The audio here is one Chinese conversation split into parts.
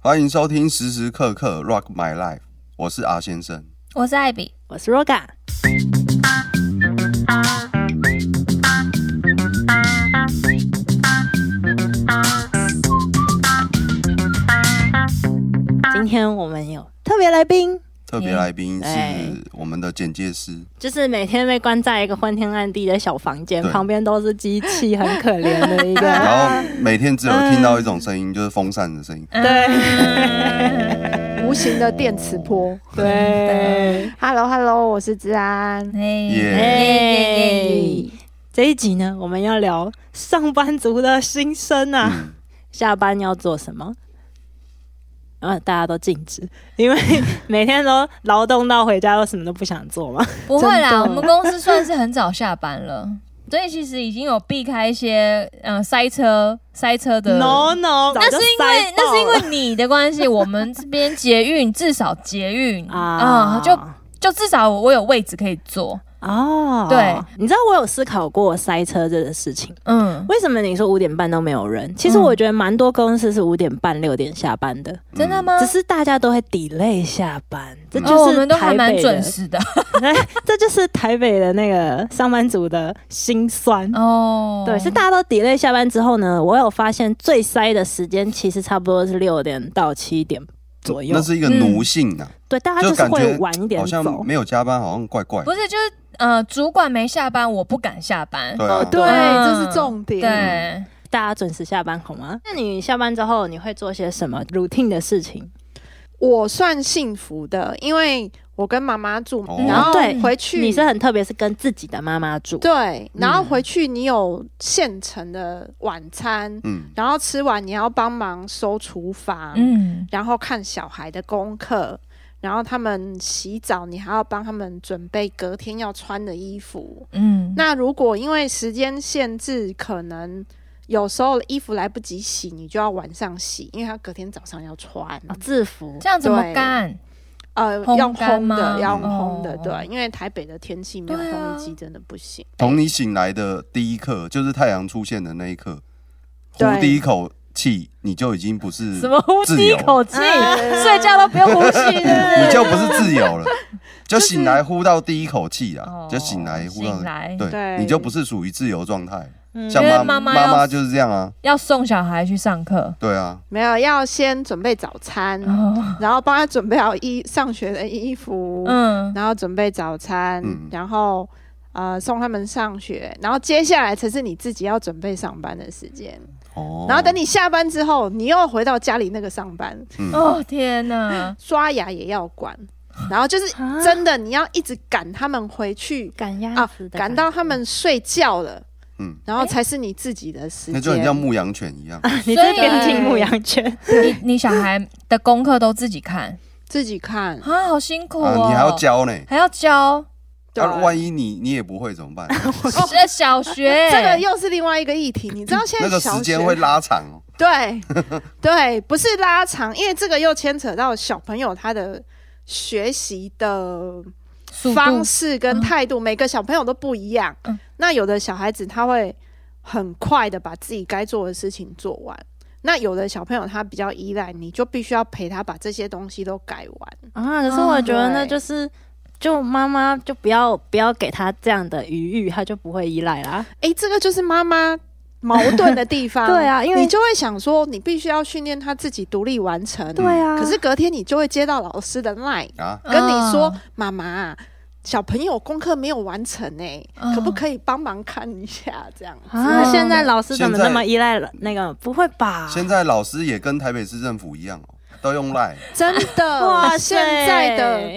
欢迎收听时时刻刻 Rock My Life，我是阿先生。我是艾比，我是 Roga。今天我们有特别来宾，特别来宾哎是我们的简介师，就是每天被关在一个昏天暗地的小房间，对旁边都是机器，很可怜的一然 个。后每天只有听到一种声音，就是风扇的声音。无形的电磁波。对， Hello Hello，我是治安。哎耶耶耶耶哎，这一集呢，我们要聊上班族的心声啊。嗯，下班要做什么？然后大家都禁止， 因为每天都劳动到回家都什么都不想做嘛。不会啦，真的我们公司算是很早下班了，所以其实已经有避开一些嗯塞车塞车的。 No no，那早是就因塞为爆那是因了为你的关系，我们这边捷运至少捷运啊、啊、就就至少我有位置可以坐，哦，对，你知道我有思考过塞车这个事情，嗯，为什么你说五点半都没有人？其实嗯我觉得蛮多公司是五点半六点下班的，真的吗？只嗯是大家都会 delay 下班，这就是、哦，嗯我们都还蛮准，时的 这就是台北的那个上班族的心酸。哦。对，是大家都 delay 下班之后呢，我有发现最塞的时间其实差不多是六点到七点左右那。是一个奴性啊，对，大家就就是感会觉晚一嗯点好走像。没有加班，好像怪怪的不。是就是呃，主管没下班，我不敢下班。对啊，对，嗯这是重点。对，大家准时下班好吗？那你下班之后你会做些什么 routine 的事情？我算幸福的，因为我跟妈妈住，哦然后对回去你是很特别，是跟自己的妈妈住。对，然后嗯回去你有现成的晚餐，嗯，然后吃完你要帮忙收厨房，嗯，然后看小孩的功课。然后他们洗澡，你还要帮他们准备隔天要穿的衣服。嗯，那如果因为时间限制，可能有时候衣服来不及洗，你就要晚上洗，因为它隔天早上要穿。啊制服这样怎么对干？呃，烘要干烘吗的，要哦烘的，对，因为台北的天气没有对啊烘衣机真的不行。从你醒来的第一刻，就是太阳出现的那一刻，呼对第一口气，你就已经不是什么呼自吸由一口气，哎睡觉都不用呼吸的。你就不是自由了，就醒来呼到第一口气啊，哦就醒来呼到醒，来，对，对你就不是属于自由状态。嗯像因为妈妈妈妈要妈就是这样啊，要送小孩去上课。对啊，没有，要先准备早餐，哦，然后帮他准备好衣上学的衣服，嗯，然后准备早餐，嗯然后呃送他们上学，然后接下来才是你自己要准备上班的时间。哦，然后等你下班之后，你又回到家里那个上班，嗯，哦天哪，刷牙也要管，然后就是啊真的你要一直赶他们回去赶鸭啊子，的赶到他们睡觉了，嗯然后才是你自己的时那间。就很像牧羊犬一样， 你这边进牧羊犬，你你小孩的功课都自己看自己看，啊，好辛苦啊，哦，你还要教呢，还要教，对，那万一你你也不会怎么办？是小学这个又是另外一个议题。你知道现那在个小时学间会拉长哦，对 对，不是拉长，因为这个又牵扯到小朋友他的学习的速方度式嗯跟态度，每个小朋友都不一样。嗯那有的小孩子他会很快的把自己该做的事情做完，那有的小朋友他比较依赖，你就必须要陪他把这些东西都改完。啊，可是我觉得嗯那对就是，就妈妈就不要不要给他这样的余裕，他就不会依赖啦。诶，这个就是妈妈。矛盾的地方， 对啊因为你就会想说，你必须要训练他自己独立完成。对啊嗯可是隔天你就会接到老师的 line，啊，跟你说嗯，妈妈，小朋友功课没有完成哎、嗯可不可以帮忙看一下？这样子，啊，嗯现在老师怎么现在那么依赖了？那个不会吧？现在老师也跟台北市政府一样哦，都用赖，真 的，哇塞现嗯在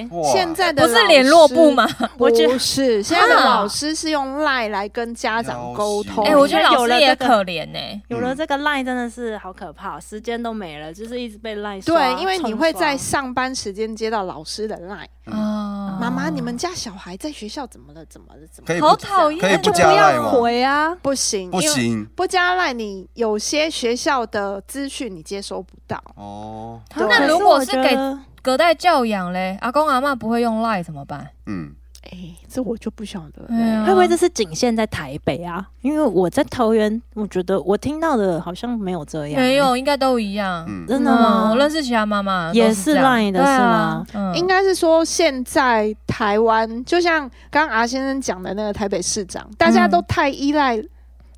的哇现在的不是联络部吗？老我觉师？得不是，现在的啊老师是用赖来跟家长沟通。要死哎，我觉得老有师了也这个可怜呢，有了这个 line 真的是好可怕，时间都没了，就是一直被 line 刷对，因为你会在冲刷上班时间接到老师的 line，嗯哦，妈妈，你们家小孩在学校怎么了？怎么了？怎么可了？以好不讨厌，可以不不加赖要吗？回啊，不行，不因为行不加赖，你有些学校的资讯你接收不到。哦，对那如果是可我觉得隔代教养嘞，阿公阿妈不会用 Line 怎么办？嗯，哎，这我就不晓得了。哎呀会不会这是仅限在台北啊？因为我在桃园，我觉得我听到的好像没有这样、没，有，应该都一样。嗯，真的吗？嗯我认识其他妈妈也都是这样 Line 的对是啊吗？嗯，应该是说，现在台湾就像刚刚阿先生讲的那个台北市长，大家都太依赖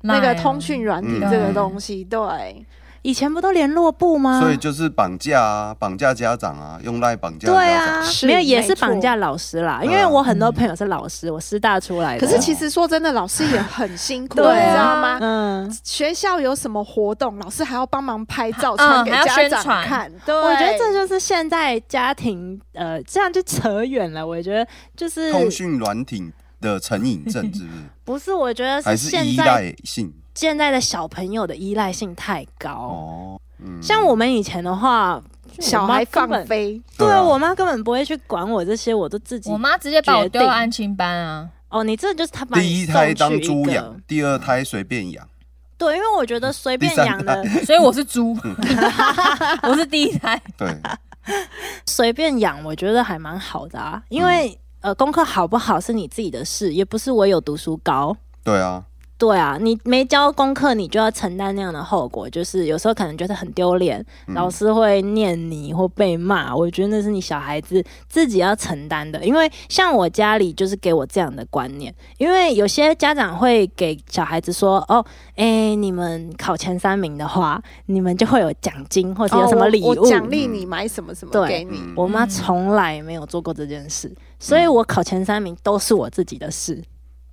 那个 Line 通讯软体嗯这个东西。对，以前不都联络部吗？所以就是绑架啊，绑架家长啊，用赖绑架对家长。啊是，没有也是没错绑架老师啦，嗯因为我很多朋友是老师，我师大出来的。可是其实说真的，老师也很辛苦，你对啊知道吗？嗯，学校有什么活动，老师还要帮忙拍照嗯传给还要家宣长传看。对，我觉得这就是现在家庭呃，这样就扯远了。我觉得就是通讯软体的成瘾症是不是？不是，我觉得还是现依在赖性？现在的小朋友的依赖性太高。哦，嗯，像我们以前的话，小我妈孩根放本飞，对对啊啊，我妈根本不会去管我这些，我都自己我。妈直接把我丢到决定安亲班啊。哦，你这就是她把你第一胎送当去一猪个养，第二胎随便养，对，因为我觉得随便第三养的所以我是猪， 我是第一胎。 对，随便养，我觉得还蛮好的啊，嗯因为、呃，功课好不好是你自己的事，也不是我有读书高。对啊，对啊，你没交功课，你就要承担那样的后果，就是有时候可能觉得很丢脸，嗯老师会念你或被骂，我觉得那是你小孩子自己要承担的。因为像我家里就是给我这样的观念，因为有些家长会给小孩子说：“哦，哎，你们考前三名的话，你们就会有奖金或者有什么礼物。哦我我奖励你买什么什么对给你。嗯，我妈从来没有做过这件事，所以我考前三名都是我自己的事，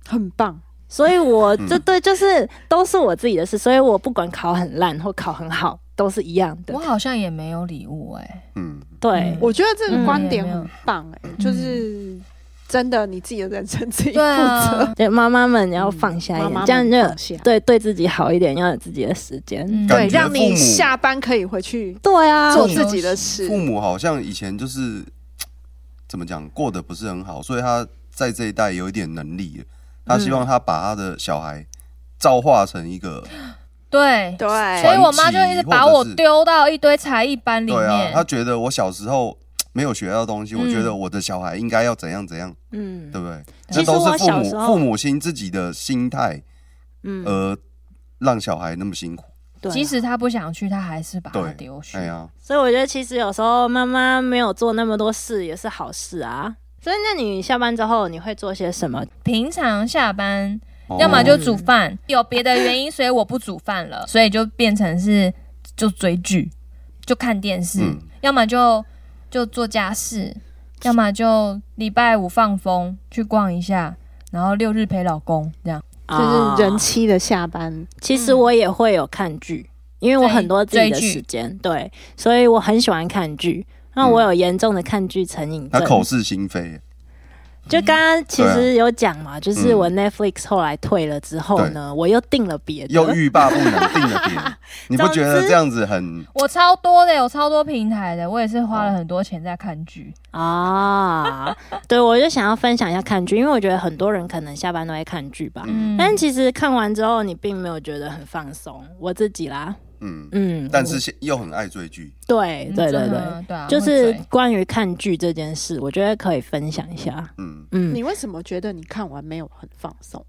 很棒，所以我嗯这对就是都是我自己的事，所以我不管考很烂或考很好，都是一样的我。好像也没有礼物哎、嗯，对嗯，我觉得这个嗯观也点没有很棒、哎、就是真的你自己的人生自己负对责，啊，对妈妈们要放下一妈点，妈这样们放就下对对自己好一点，要有自己的时间。嗯感对，觉让你父母下班可以回去对啊，做自己的事父。母好像以前就是怎么讲，过得不是很好，所以他在这一代有一点能力了，他希望他把他的小孩造化成一个，嗯对，对，所以我妈就一直把我丢到一堆才艺班里对啊，面。他觉得我小时候没有学到东西，我嗯觉得我的小孩应该要怎样怎样，嗯对不对？那其实都我是父小母时候父母呃亲自己的心态，嗯，而让小孩那么辛苦，对啊即使她不想去，她还是把她对丢去哎。呀，所以我觉得其实有时候妈妈没有做那么多事也是好事啊。所以那你下班之后你会做些什么？平常下班，哦要么就煮饭，有别的原因，所以我不煮饭了，所以就变成是就追剧，就看电视，嗯要么就就做家事，要么就礼拜五放风去逛一下，然后六日陪老公这样。就是人啊妻的下班，其嗯实我也会有看剧，因为我很多自己的时间，对，所以我很喜欢看剧。那嗯我有严重的看剧成瘾他症，口啊是心非，就刚刚其实有讲嘛，嗯就是我 Netflix 后来退了之后呢，我又订了别的，又欲罢不能，定了别 人，你不觉得哎总之这样子很？我超多的，有超多平台的，我也是花了很多钱在看剧。啊，对我就想要分享一下看剧，因为我觉得很多人可能下班都会看剧吧，嗯，但其实看完之后你并没有觉得很放松，我自己啦，嗯，嗯，但是现又很爱追剧，对对真对对，的对啊，就是会追关于看剧这件事，我觉得可以分享一下，嗯，嗯，你为什么觉得你看完没有很放松？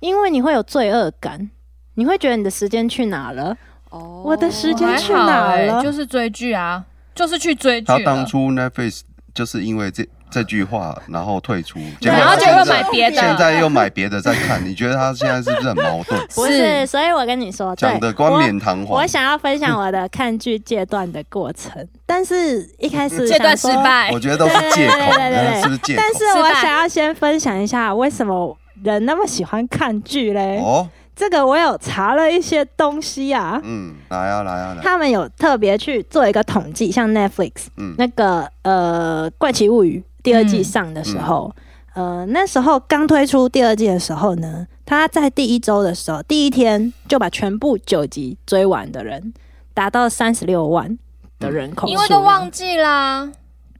因为你会有罪恶感，你会觉得你的时间去哪了？哦我的时间还去好哪欸了就是追剧啊，就是去追剧他了。当初 Netflix 就是因为这这句话，然后退出，结果然后他就现会在买别现的。在又买别的在看，你觉得他现在是不是很矛 盾？不是，所以我跟你说，对讲的冠冕堂我。我皇，想要分享我的看剧戒断的过程，但是一开 始这段失想说，败我，觉得都是借口，嗯对对对对对是不是借口但？是我想要先分享一下为什么人那么喜欢看剧嘞？哦，这个我有查了一些东西啊，嗯，来啊，来啊，来，他们有特别去做一个统计，像 Netflix 嗯，那个呃《怪奇物语》第二季嗯上的时候，呃，那时候刚推出第二季的时候呢，他在第一周的时候，第一天就把全部九集追完的人达到三十六万的人口数嗯因量，为都忘记啦。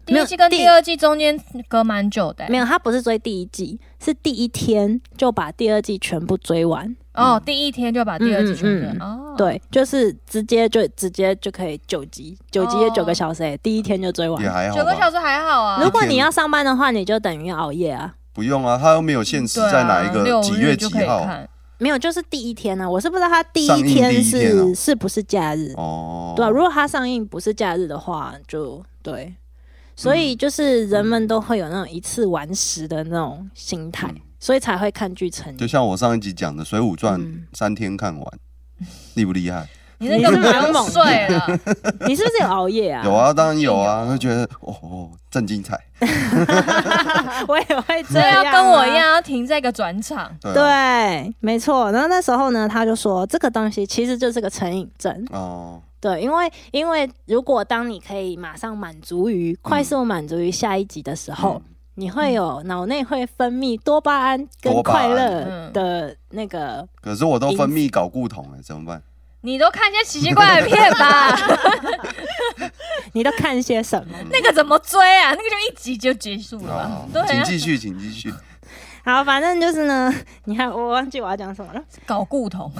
第没有一季跟第第二季中间隔蛮久的欸。没有，他不是追第一季，是第一天就把第二季全部追完。哦，第一天就把第二季全嗯嗯部嗯哦，，对，就是直接就直接就可以九集，九集也九哦个小时、欸，第一天就追完也。还好九个小吧。时还好啊如。果你要上班的话，你就等于熬夜啊。不用啊，他又没有限时对啊在哪一个六几日月就几可以号看，没有，就是第一天啊，我是不知道他第上一映第天一是天哦是不是假日，哦。对啊，如果它上映不是假日的话，就对。所以就是人们都会有那种一次玩十的那种心态，嗯所以才会看剧成瘾就像我上一集讲的，《水浒传》嗯三天看完，厉不厉害？你那个你是蛮蛮猛的睡 了，你是不是有熬夜啊？有，啊，当然有啊，会觉得哦哦，真精彩。 我也会这所以样、啊要啊跟我一。样要停在一个转场，对啊对，没错。然后那时候呢，他就说这个东西其实就是个成瘾症。哦，对，因为因为如果当你可以马上满足于、快速满足于下一集的时嗯候，你会有脑内会分泌多巴胺跟多巴快胺乐嗯的那个可是我都分泌睾固酮了，怎么办？你都看一些奇奇怪怪的片 吧，你都看些什嗯么？那个怎么追啊？那个就一集就结束了吧哦，，对请啊，继续，请继续。好，反正就是呢，你看我忘记我要讲什么了。搞固酮，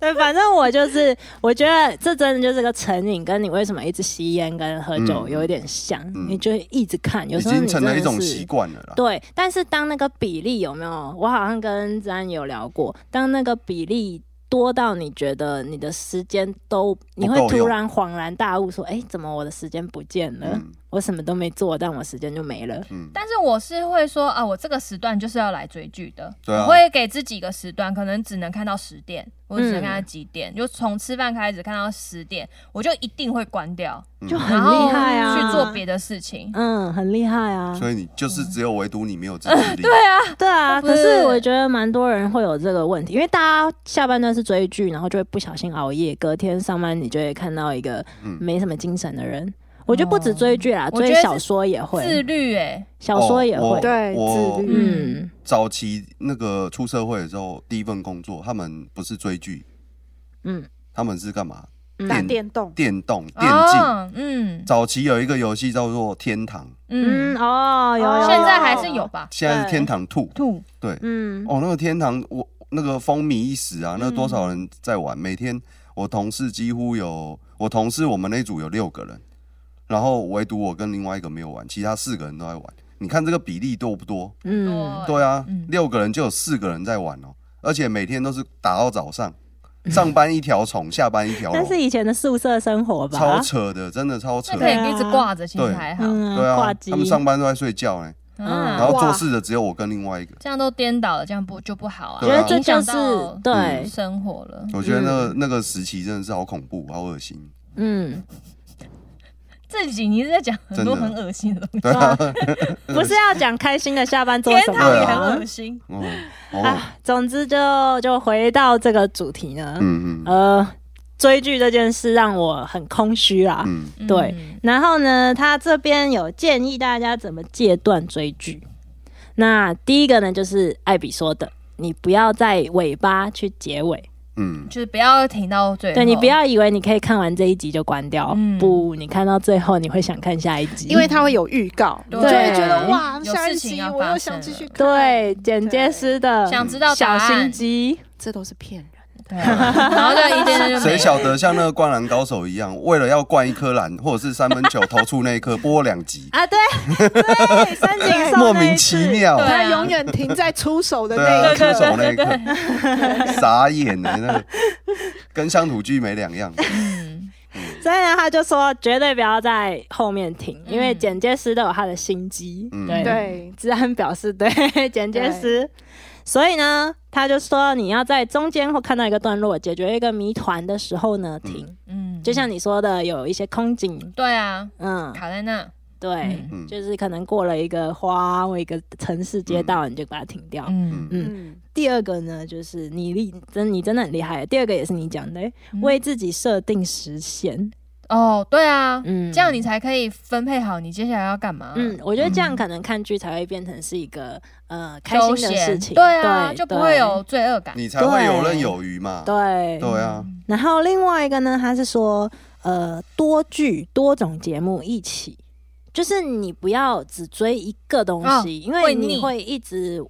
对，反正我就是，我觉得这真的就是个成瘾，跟你为什么一直吸烟跟喝酒嗯有一点像，嗯你就一直看，有已时候你经成了一真的种是习惯了啦。对，啊但是当那个比例有没有？我好像跟子安有聊过，当那个比例多到你觉得你的时间都，你会不够突用然恍然大悟，说：“哎、怎么我的时间不见了？嗯我什么都没做，但我时间就没了。嗯，但是我是会说啊，我这个时段就是要来追剧的，对啊我会给自己一个时段，可能只能看到十点，嗯我只能看到几点，就从吃饭开始看到十点，我就一定会关掉，就很然后厉害啊！去做别的事情。嗯，很厉害啊。所以你就是只有唯独你没有自制力。对啊，对啊，不可是是我觉得蛮多人会有这个问题，因为大家下半段是追剧，然后就会不小心熬夜，隔天上班你就会看到一个嗯没什么精神的人。我觉得不止追剧啦，我觉追得小说也自会，律哎、小说也哦会我。对我自律嗯，早期那个出社会的时候，第一份工作，他们不是追剧，嗯，他们是干嘛？打嗯电动，电动、电竞。哦，嗯早期有一个游戏叫做《天堂》，嗯嗯，哦，有有，现在还是有吧？现在是对《天堂 Two》。吐对，嗯，哦，那个《天堂》我那个风靡一时啊，那嗯多少人在玩？每天我同事几乎有，我同事我们那组有六个人，然后唯独我跟另外一个没有玩，其他四个人都在玩。你看这个比例多不多？嗯，对啊，嗯六个人就有四个人在玩哦，而且每天都是打到早上，上班一条虫，下班一条那是龙，以前的宿舍生活吧超？扯的，真的超扯那的。可对啊以一直挂着，其实还好。嗯对挂啊，机他们上班都在睡觉呢、嗯，嗯然后做哇事的只有我跟另外一个。这样都颠倒了，这样不就不好啊？我对觉得啊这影就响是到对，生活了，我觉得那个那个时期真的是好恐怖，好恶心。嗯，这几你是在讲很多真的很恶心的东西，对啊，不是要讲开心的下班做天什么堂也对很啊恶心。 哦哦，啊，总之就就回到这个主题呢，嗯嗯呃，追剧这件事让我很空虚啦。嗯，对嗯然后呢，他这边有建议大家怎么戒断追剧。那第一个呢，就是艾比说的，你不要在尾巴去结尾，嗯，就是不要停到最后，对你不，要以为你可以看完这一集就关掉，嗯不，你看到最后你会想看下一集，因为它会有预告，对你就会觉得哇，有下一事情集要我发又生想继续了看。对剪接师的想知道答小案心机，这都是骗人。对然后就一件就没 谁了晓得像那个灌篮高手一样，为了要灌一颗篮或者是三分球投出那一颗，播两集，啊，对对，三井寿莫哎那一名次其妙，对他啊永远停在出手的对那啊，一出刻，手那一刻， 傻眼了，那个跟乡土剧没两样。嗯所以呢，他就说绝对不要在后面停，嗯因为剪接师都有他的心机。嗯 对，对，治安表示对 剪接师，所以呢，他就说你要在中间或看到一个段落解决一个谜团的时候呢停，嗯，就像你说的有一些空景，对啊，嗯，卡在那，对，嗯就是可能过了一个花或一个城市街道，你就把它停掉。嗯嗯嗯，第二个呢，就是你厉真你真的很厉害。第二个也是你讲的、嗯为自己设定时限。哦，对啊，嗯这样你才可以分配好你接下来要干嘛，嗯，我觉得这样可能看剧才会变成是一个呃开心休的闲，事情，对啊，就不会对有罪恶感，嗯你才会游刃有余嘛。对。对啊，然后另外一个呢，他是说呃多剧多种节目一起，就是你不要只追一个东哦西，因为会你腻会一直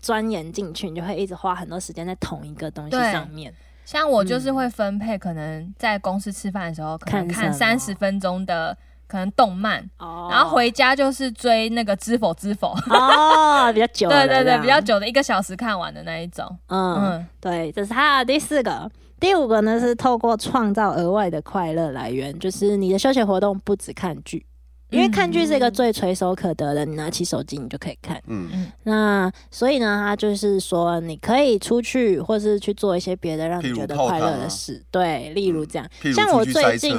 钻研进去，你就会一直花很多时间在同一个东西对上面。像我就是会分配，可能在公司吃饭的时候，可能看什么看三十分钟的可能动漫，哦然后回家就是追那个知否知否， 哦，比较久了对这对样，对，比较久的一个小时看完的那一种。嗯，嗯，对，这是他的第四个。第五个呢是透过创造额外的快乐来源，就是你的休闲活动不只看剧，因为看剧是一嗯个最垂手可得的，你拿起手机你就可以看。嗯那所以呢，他就是说你可以出去，或是去做一些别的让譬你如觉得泡快乐汤啊嗯的事，对，例如这样。譬如像我出去塞最近，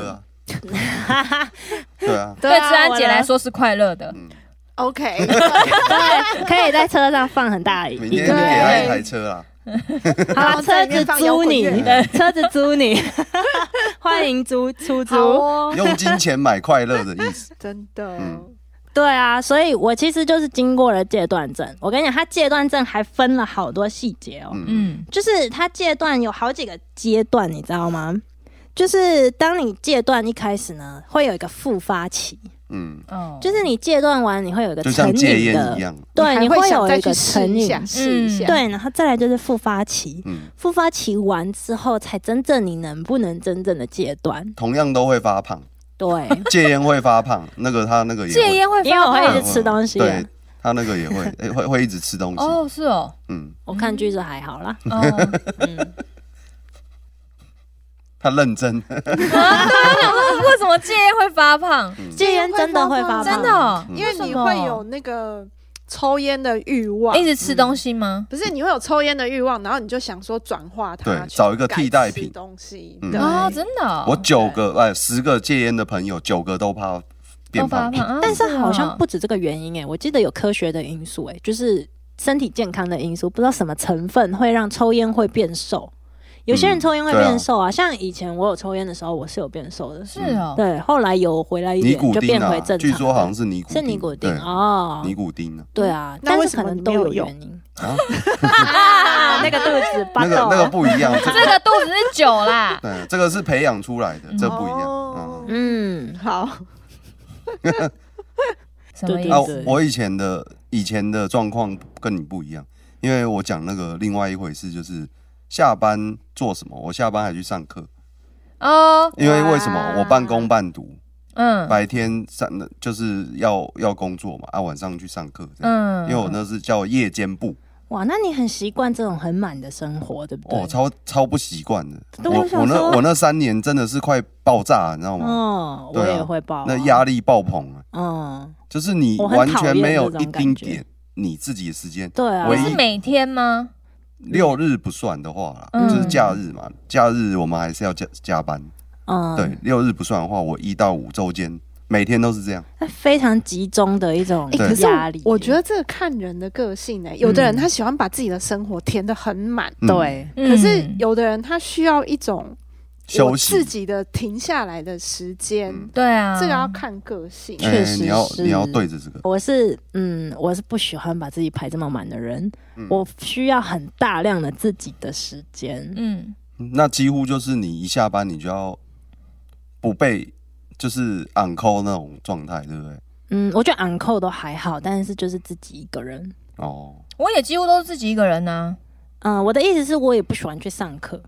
车啊，对啊，对治安我姐的来说是快乐的， 嗯， ，OK，对，可以在车上放很大的明音天就给乐，他一台车啊啦，好啊，车子租你然后在里面放摇滚，车子租你， 欢迎租出租。 好哦，用金钱买快乐的意思。真的，嗯对啊，所以我其实就是经过了戒断症。我跟你讲，他戒断症还分了好多细节哦，嗯嗯就是他戒断有好几个阶段，你知道吗？就是当你戒断一开始呢，会有一个复发期，嗯，哦，就是你戒断完，你会有一个就像成戒瘾烟的一，样，对，你还会想有再一去个试成一瘾，下，试一嗯下，对，然后再来就是复发期，嗯，复发期完之后才真正你能不能真正的戒断，同样都会发 胖，对，戒烟会发胖，那个他那个也会戒烟会因为发我会一胖直吃东西啊，对他那个也 会，诶会会一直吃东西，哦，是哦，嗯，我看剧是还好啦， 哦，嗯，他认真，啊为什么戒烟会发胖？戒烟真的会发胖，啊真的哦，嗯因为你什么会有那个抽烟的欲望，一直吃东西吗？不是你会有抽烟的欲望，然后你就想说转化它，对去找一个替代改吃品东西，嗯对，哦，真的哦，我九个哎十个戒烟的朋友，九个都怕变都发胖，胖，啊但是哦好像不止这个原因诶、欸我记得有科学的因素诶、就是身体健康的因素，不知道什么成分会让抽烟会变瘦。有些嗯人抽烟会变瘦啊，像以前我有抽烟的时候，我是有变瘦的。是嗯哦，对，后来有回来一尼点，古就丁变回啊正常，的。据说好像是尼古是尼古丁对哦，尼古丁啊，对啊，那但为是什可么能你都没有有用原因啊啊。那个肚子，巴那个豆那个啊，不一 样，这，这个肚子是酒啦对这个是培养出来的，这不一样，嗯。哦嗯，好，什么意对啊思？对，我以前的以前的状况跟你不一样，因为我讲那个另外一回事，就是下班做什么，我下班还去上课，哦，因为为什么哇我半工半读，嗯白天上就是要要工作嘛，啊晚上去上课这样，嗯因为我那是叫夜间部，哇，那你很习惯这种很满的生活，对不对？哦超超不习惯的，对我我想我那说我那三年真的是快爆炸，你知道吗？哦，我对啊也会爆啊，那压力爆棚啊，嗯，就是你我很完讨全厌没有这一丁种感觉点你自己的时间，对啊，唯是一每天吗？六日不算的话啦，嗯就是假日嘛，假日我们还是要加加班。嗯，对，，六日不算的话，我一到五周间每天都是这样。非常集中的一种对哎，可是压力。我我觉得这个看人的个性呢，有的人嗯他喜欢把自己的生活填得很满，嗯，对，可可是嗯有的人他需要一种休我自息。哎己的停下来的时间，嗯对啊，这个要看个性。确实你要是你要对着这个，我是嗯，我是不喜欢把自己排这么满的人，嗯我需要很大量的自己的时间。嗯那几乎就是你一下班你就要不被就是 on call 那种状态，对不对？嗯，我觉得 uncle 都还好，但是就是自己一个人。哦，我也几乎都是自己一个人啊呢、嗯，我的意思是我也不喜欢去上课，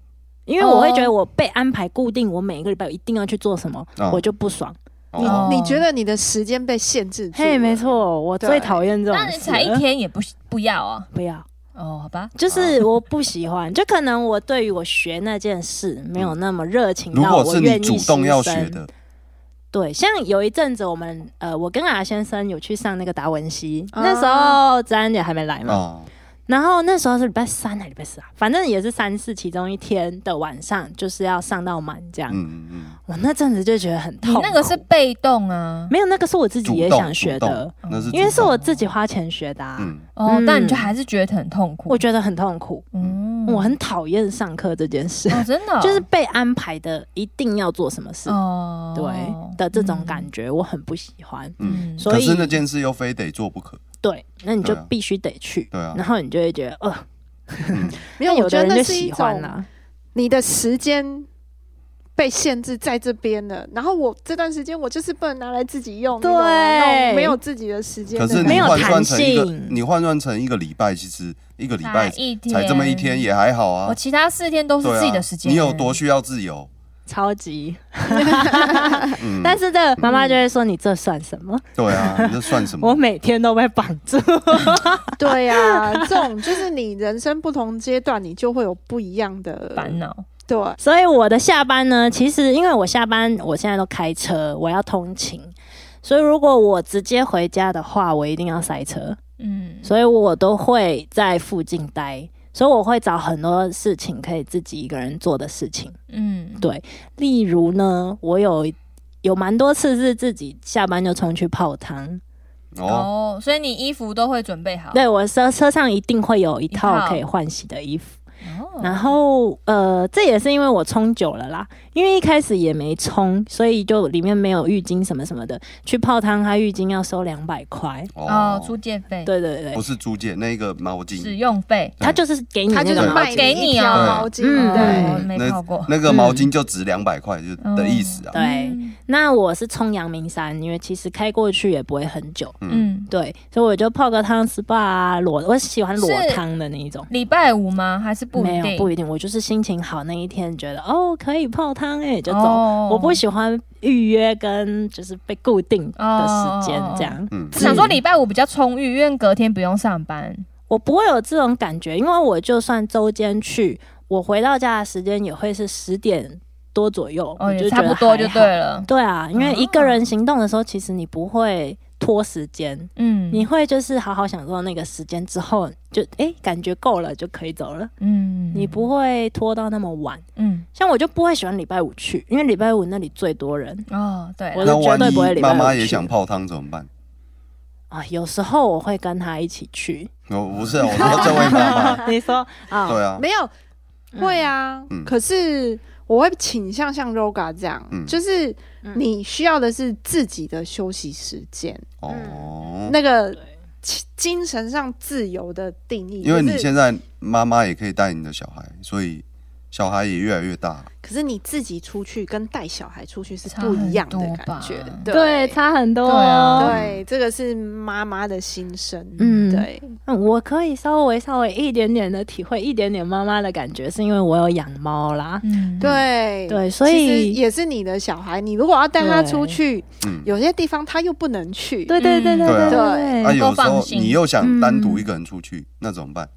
因为我会哦觉得我被安排固定，我每一个礼拜一定要去做什么，嗯我就不爽。哦你哦你觉得你的时间被限制住？嘿，没，错，我最对讨厌这种那你事才一了天也不不要啊？不要。哦，好吧，啊就是我不喜欢，就可能我对于我学那件事没有那么热情嗯如到果我是你愿意主动牺要牲学，的，对，像有一阵子我们呃，我跟阿先生有去上那个达文西，哦啊那时候子安姐还没来嘛，啊，然后那时候是礼拜三还是礼拜四啊，反正也是三四其中一天的晚上，就是要上到满这样。嗯嗯我那阵子就觉得很你痛苦，那个是被动啊。没有那个是我自嗯，己主也动想主学动的，，嗯那是因为主是我动自己花钱学的、啊，嗯哦，嗯但你就还是觉得很痛苦。我觉得很痛苦，嗯我很讨厌上课这件事。哦，真的哦、 就是被安排的一定要做什么事，哦，嗯对的这种感嗯觉，我很不喜欢。嗯，所可以是那件事又非得做不可，对，那你就对啊必须得去，对啊然后你就会觉得，呃，嗯没有，我有觉的人就得那是一喜欢啊种啦。你的时间被限制在这边了，然后我这段时间我就是不能拿来自己用，你懂吗对那种没有自己的时间可的，是没你有换算弹成一个，性你换算成一个礼拜，其实一个礼才拜一天才这么一天，也还好我啊。其他四天都是对啊自己的时间、啊，你有多需要自由？超级，嗯但是这个妈妈就会说：“你这算什么？对啊，你这算什我么？每天都被绑住。 对呀、这种就是你人生不同阶段，你就会有不一样的烦恼。对，”所以我的下班呢，其实因为我下班我现在都开车，我要通勤，所以如果我直接回家的话，我一定要塞车。嗯，所以我都会在附近待，所以我会找很多事情可以自己一个人做的事情。嗯，对例如呢，我有有蛮多次是自己下班就冲去泡汤，哦，哦，所以你衣服都会准备好。对我车车上一定会有一一套套可以换洗的衣服。哦，然后呃，这也是因为我冲久了啦，因为一开始也没冲，所以就里面没有浴巾什么什么的。去泡汤，它浴巾要收两百块。哦，租借费、对对对嗯不，是租借那个毛使巾，用费，它就是给你他就那个是毛卖巾给你你一条哦毛巾，嗯对哦，没泡过。那个毛巾就值两百块，就的意思啊。对嗯那我是冲阳明山，因为其实开过去也不会很久，嗯，嗯，对，所以我就泡个汤 SPA 啊裸，我喜欢裸是汤的那一种。礼拜五吗？还是不没一有定？不一定，我就是心情好那一天，觉得哦可以泡汤哎、就走。哦我不喜欢预约跟就是被固定的时间这样，嗯我想说礼拜五比较充裕，因为隔天不用上班。我不会有这种感觉，因为我就算周间去，我回到家的时间也会是十点多左右，哦，我也就差不多就对嗯了。了。对啊，因为一个人行动的时候，其实你不会拖时间，嗯，你会就是好好享受那个时间之后，就哎、诶感觉够了就可以走了，嗯，你不会拖到那么晚。嗯像我就不会喜欢礼拜五去，因为礼拜五那里最多人哦，对我啦，那是绝万对不会一礼拜妈五妈也去想泡汤怎么办？啊。有时候我会跟他一起 去。我不是啊，我 说这位妈妈，你说啊，对啊，没有会啊，嗯可是我会倾向像 Roga 这样，嗯就是嗯你需要的是自己的休息时间，哦，那个对精精神上自由的定义。因为可你是现在妈妈也可以带你的小孩，所以小孩也越来越大。可是你自己出去跟带小孩出去是差不一样的很多感觉吧，对，差很多。哦对啊对，这个是妈妈的心声，嗯对，嗯，我可以稍微稍微一点点的体会一点点妈妈的感觉，是因为我有养猫啦。嗯，对对所其实以也是你的小孩，你如果要带他出去，嗯，有些地方他又不能去，对对对对对啊嗯对啊，有有时放候心你又嗯想单独一个人出去，那怎么办？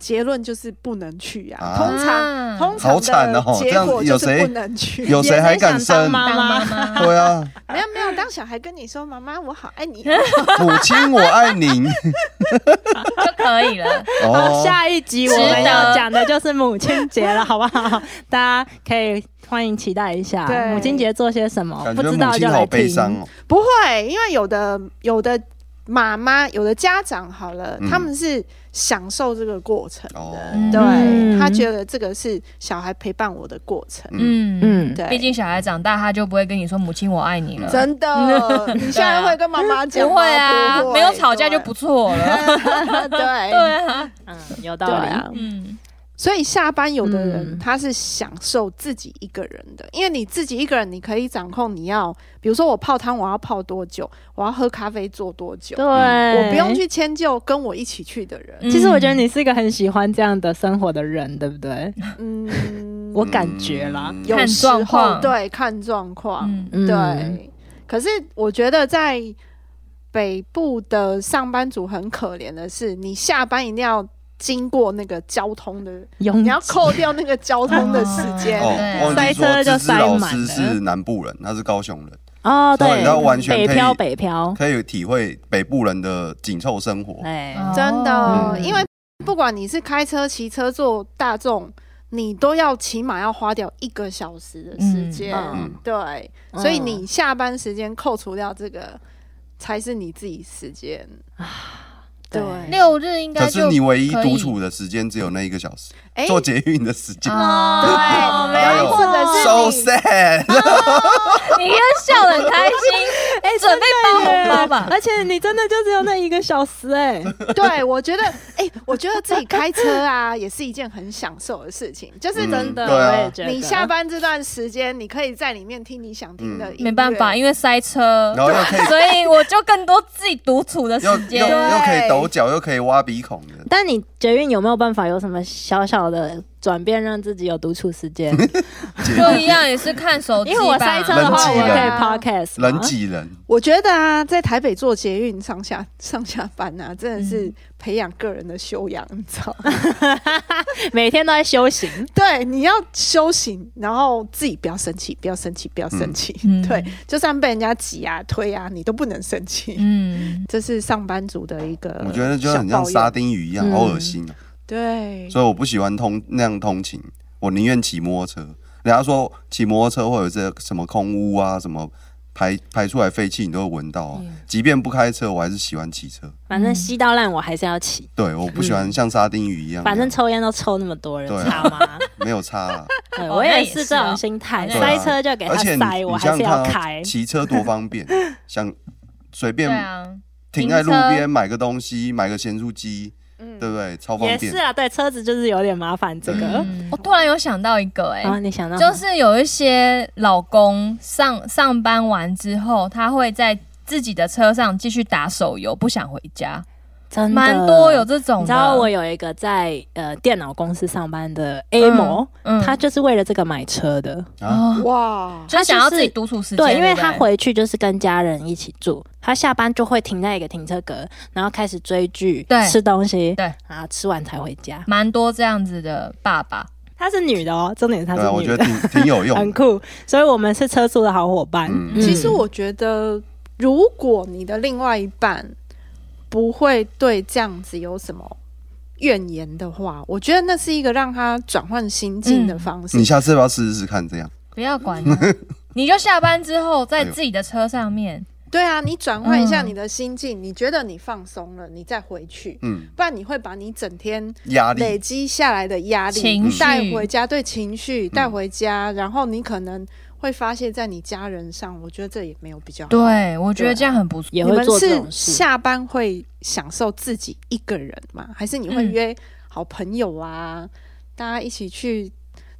结论就是不能去呀、啊通常、啊通好常惨的哦这结样果有就是谁不能去。有谁还敢想当生？妈当妈妈？妈，对 啊，没有没有，当小孩跟你说“妈妈，我好爱你啊母亲我爱 您。就可以了。好，哦，下一集我们要讲的就是母亲节了，好不好？ 大家可以欢迎期待一下对母亲节做些什么，感不觉知道母就亲来好悲听。伤哦。”，不会，因为有的有的妈妈、有的家长好了，嗯他们是享受这个过程的，哦对、嗯他觉得这个是小孩陪伴我的过程，嗯嗯对，毕竟小孩长大，他就不会跟你说“母亲，我爱你”了。真的，你现在会跟妈妈讲吗？不会嗯啊，不会没有吵架就不错了。对 对对啊，嗯，有道对理。啊。嗯，所以下班有的人嗯他是享受自己一个人的，因为你自己一个人，你可以掌控你要，比如说我泡汤，我要泡多久，我要喝咖啡做多久，对，我我不哎用。去迁就跟我一起去的人。嗯其实我觉得你是一个很喜欢这样的生活的人，对不对？ 嗯，我感觉啦，嗯有看时状候况对看状况，嗯嗯对。可是我觉得在北部的上班族很可怜的是，你下班一定要经过那个交通嗯的，拥你挤要扣掉那个交通的时间。对哦，忘记塞车说，就芝芝塞老满师了是南部人，他是高雄人，哦，所以对你要完，全可北以哦漂北漂，可以体会北部人的紧凑生活。哦哎，真哦的，因为不管你是开车、骑车、坐大众，你都要起码要花掉一个小时的时间。嗯对，嗯所以你下班时间扣除掉这个，才是你自己时间。啊对，六日应该可就是你唯一可以独处的时间只有那一个小时，哎做捷运的时啊间。哦哎对，没有然后哎或者是 So 你 sad，你看笑得很开心，哎，准备包红包吧而且你真的就只有那一个小时，哎，对，我觉得，哎、我觉得自己开车啊，也是一件很享受的事情。就是嗯真 的，对啊我也觉得。你下班这段时间，你可以在里面听你想听嗯的音乐。没办法，因为塞车然，后又可以 所以我就更多自己独处的又时又间。又可以抖脚，又可以挖鼻孔的。但你捷运有没有办法有什么小小的转变，让自己有独处时间？解啊就一样也是看手机因为我塞车的人话，挤我可人以 podcast 嘛人挤人，我觉得啊，在台北坐捷运上下上下班啊，真的嗯是培养个人的修养，你知道吗？ 每天都在修行。对，你要修行，然后自己不要生气，不要生气，不要生气。嗯对，就算被人家挤啊、推啊，你都不能生气。嗯，这是上班族的一个，我觉得就很像沙。丁鱼一样，嗯好恶心啊！对，所以我不喜欢通那样通勤，我宁愿骑摩托车。人家说骑摩托车会有这什么空污啊，什么排排出来废气，你都会闻到啊。即便不开车，我还是喜欢骑车。反正吸到烂我还是要起，对，我不喜欢像沙丁鱼一样那样，嗯反正抽烟都抽那么多人，对啊知 道吗？没有差 啦。对哦我那也也是是这哦种心态，对啊塞车就给他而且你塞，我你还想是想要看开啊，。骑车多方 便，想随对便啊，停在路停车边买个东西，买个咸酥鸡，对不对？超方嗯也便。是啊，对，车子就是有点麻烦这个。嗯我突然有想到一个哎、啊，你想到就什是有一些老公上上班完之后，他会在自己的车上继续打手游，不想回家，么真的蛮多有这种的。你知道我有一个在呃电脑公司上班的 A 模，嗯哦他就是为了这个买车的。啊，哇，就想要自己就是独处时间，对，因为不他回去就是跟家人一起住，他下班就会停在一个停车格，然后开始追剧、对吃东西，对，然后吃完才回家。蛮多这样子的爸爸，她是女的哦，重点是她对啊，是我女觉的，得挺挺有用 很的。酷。所以我们是车速的好伙伴。嗯嗯其实我觉得，如果你的另外一半不会对这样子有什么怨言的话，我觉得那是一个让他转换心境的方式。嗯你下次要不要试试看这样？不要管了，你就下班之后在自己的车上面，对啊，你转换一下嗯你的心境，你觉得你放松了，你再回去，嗯，不然你会把你整天压力累积下来的压力情绪带回家，对情绪嗯带回家，然后你可能会发泄在你家人上，我觉得这也没有比较好。对我觉得这样很不错。也你会们做这是种事。下班会享受自己一个人吗？还是你会嗯约好朋友啊，大家一起去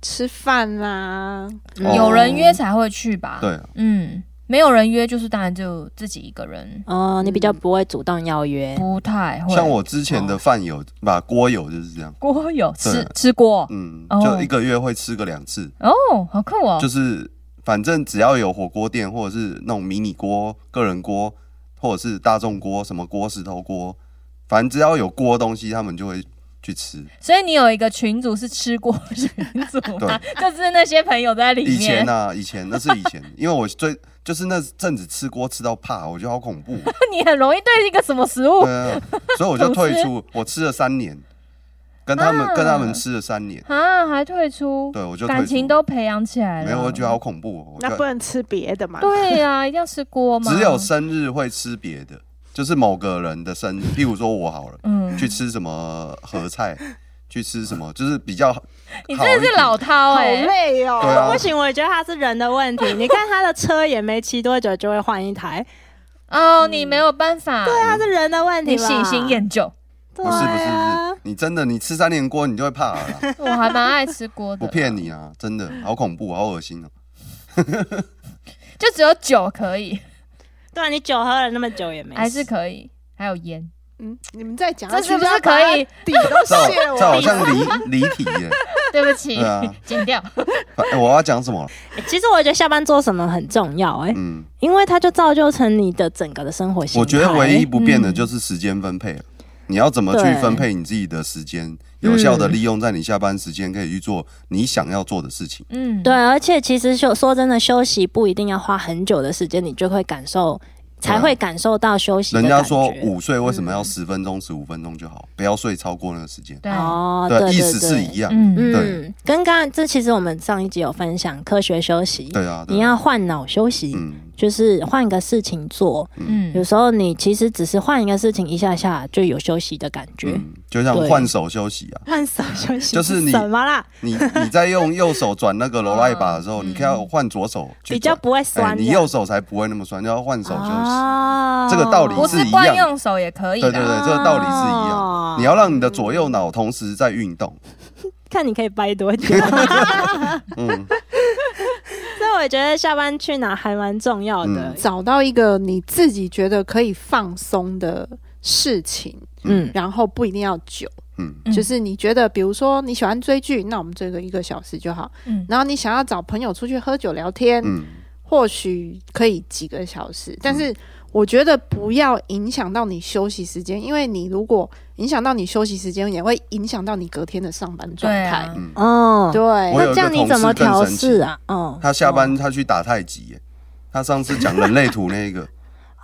吃饭啊啦、哦有人约才会去吧？，对啊，嗯，没有人约就是当然就自己一个人，哦，你比较不会主动邀约，嗯不太会。哦像我之前的饭友吧，锅友就是这样。锅友吃对吃锅嗯，哦就一个月会吃个两次，哦，好酷哦就！是反正只要有火锅店或者是那种迷你锅、个人锅，或者是大众锅、什么锅、石头锅，反正只要有锅的东西，他们就会去吃。所以你有一个群组是吃锅群组吗？就是那些朋友在里以前面，呢、啊，以前那是以前，因为我最就是那阵子吃锅吃到怕，我觉得好恐怖，你很容易对一个什么食 物对啊，所以我就退出。我吃了三年，跟他们、啊跟他们吃了三年，啊还退出，对我就退出感情都培养起来了。没有，我觉得好恐怖、哦。我那就不能吃别的嘛？对呀、一定要吃锅吗？只有生日会吃别的，就是某个人的生日，譬如说我好了，嗯，去吃什 么合菜，去吃什么，就是比较你真的是老饕好哎、累哦、对啊不行，我觉得他是人的问 题。你看他的车也没骑多久就会换一台，哦，嗯你没有办法，啊对他是人的问题你吧？喜新厌旧。对不是不是啊不是，你真的你吃三年锅你就会怕了啦，我还蛮爱吃锅的，我骗，你啊，真的好恐怖，好恶心哦、就只有酒可以，对啊，你酒喝了那么久也没事，还是可以，还有烟， 嗯，你们再讲下这去是不就是要把可以？底都这好卸这好完？像离离题耶，对不起对啊，剪掉。反哎我要讲什么了？欸其实我觉得下班做什么很重要、欸，哎、嗯，因为它就造就成你的整个的生活形态。我觉得唯一不变的嗯就是时间分配了。你要怎么去对分配你自己的时间，有效的利用在你下班时间，可以去做你想要做的事情。嗯，对，啊而且其实休说真的，休息不一定要花很久的时间，你就会感受，才会感受到休息的人感觉。嗯家说午睡为什么要十分钟、十五分钟就好，不要睡超过那个时间。对，哦，对对，啊对意思对是一样。嗯嗯，对跟刚刚这其实我们上一集有分享科学休息，对啊，对啊你要换脑休息，嗯，就是换个事情做。有嗯，时候你其实只是换一个事情，一下下就有休息的感觉。嗯，就像对换手休息啊，换手休息就是你什么啦？你你在用右手转那个罗赖把的时 候，你可以要换左手去嗯比较转，不会哎酸的。你右手才不会那么酸，就要换手休息。哦这个道理不是是一惯样用手也可以对对的，对，这个道理是一样。哦你要让你的左右脑同时在运动，看你可以掰 多久。嗯，所以我觉得下班去哪还蛮重要的。找到一个你自己觉得可以放松的事情，嗯，然后不一定要久，嗯，嗯就是你觉得，比如说你喜欢追剧，那我们追个一个小时就好。嗯然后你想要找朋友出去喝酒聊天，嗯，或许可以几个小嗯时，但是我觉得不要影响到你休息时间，因为你如果影响到你休息时间，也会影响到你隔天的上班状对态啊。，哦，对，嗯我有一个那这样你怎么调试啊？哦，他下班他去打太极耶，他上次讲人类图那个，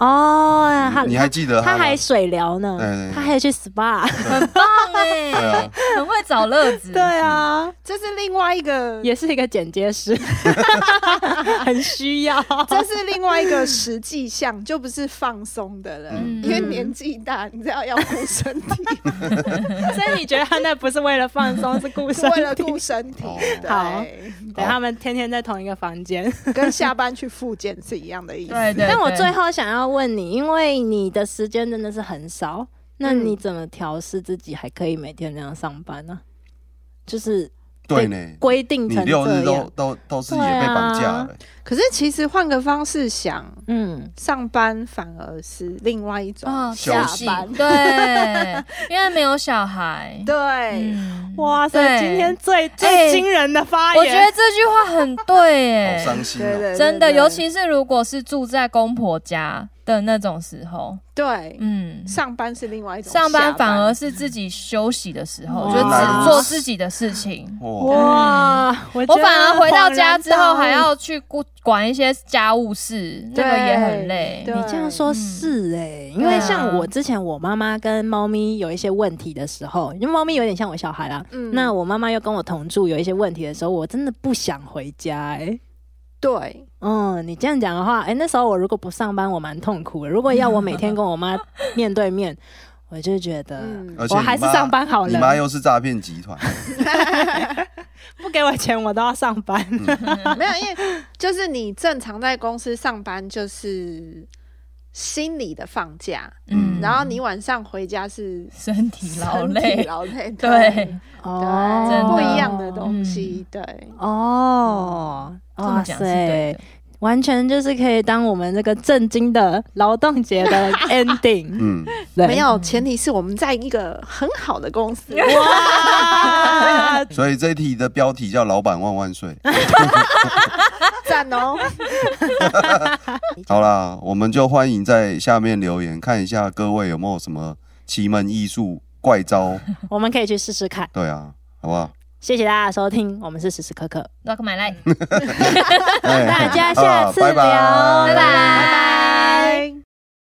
哦， 他你你还记得他他吗还水疗呢对对，对他还去 SPA，很棒 哎、对 啊，很会找乐子。啊，这是另外 一个，也是一个剪接 师，很需要。这是另外一个实际项，就不是放松的了。嗯因为年纪大，你知道要顾身体，所以你觉得他那不是为了放松，是顾哦是 身 为了体顾身体哦，好对，对，他们天天在同一个房间。跟下班去复健是一样的意思。对对，但我对最后想要问你，因为你的时间真的是很少，那嗯你怎么调试自己还可以每天这样上班呢？就是对呢，规定你成六日这都样，啊都都自己也被绑架了，可是其实换个方式想，嗯，上班反而是另外一种。哦，休下息班对，因为没有小孩。对，嗯，哇塞，对今天最最哎惊人的发言，我觉得这句话很对 好哎、伤心对哦。对，真的，对尤其是如果是住在公婆家的那种时候，对嗯，上班是另外一种下，嗯上班反而是自己休息的时候，哇就只做自己的事情。哇，哇，我我觉得反而回到家之后恍然大悟还。要去顾管一些家务事，那个也很累。对你这样说是哎、因为像我之前我妈妈跟猫咪有一些问题的时候，因为猫咪有点像我小孩啦。嗯那我妈妈又跟我同住，有一些问题的时候，我真的不想回家哎、对嗯，你这样讲的话，哎、那时候我如果不上班，我蛮痛苦的。如果要我每天跟我妈面对面，我就觉得、 嗯而且我还是你妈上班好你妈了。又是诈骗集 团，不给我钱，我都要上班。呃没有，因为就是你正常在公司上班，就是心理的放假，嗯然后你晚上回家是身体劳身体累，劳累，对，真对，的嗯不一样的东西，对。哦，这么哇讲是对塞的，。完全就是可以当我们这个震惊的劳动节的 ending。嗯，对没有，前提是我们在一个很好的公司。哇，所以这一题的标题叫“老板万万 岁赞哦！”。好啦，我们就欢迎在下面留言，看一下各位有没有什么奇门异术怪招。我们可以去试试看。对啊，好不 好？谢谢大家的收听，我们是时时刻刻， Rock my life，哎大家下次好聊，拜拜拜拜。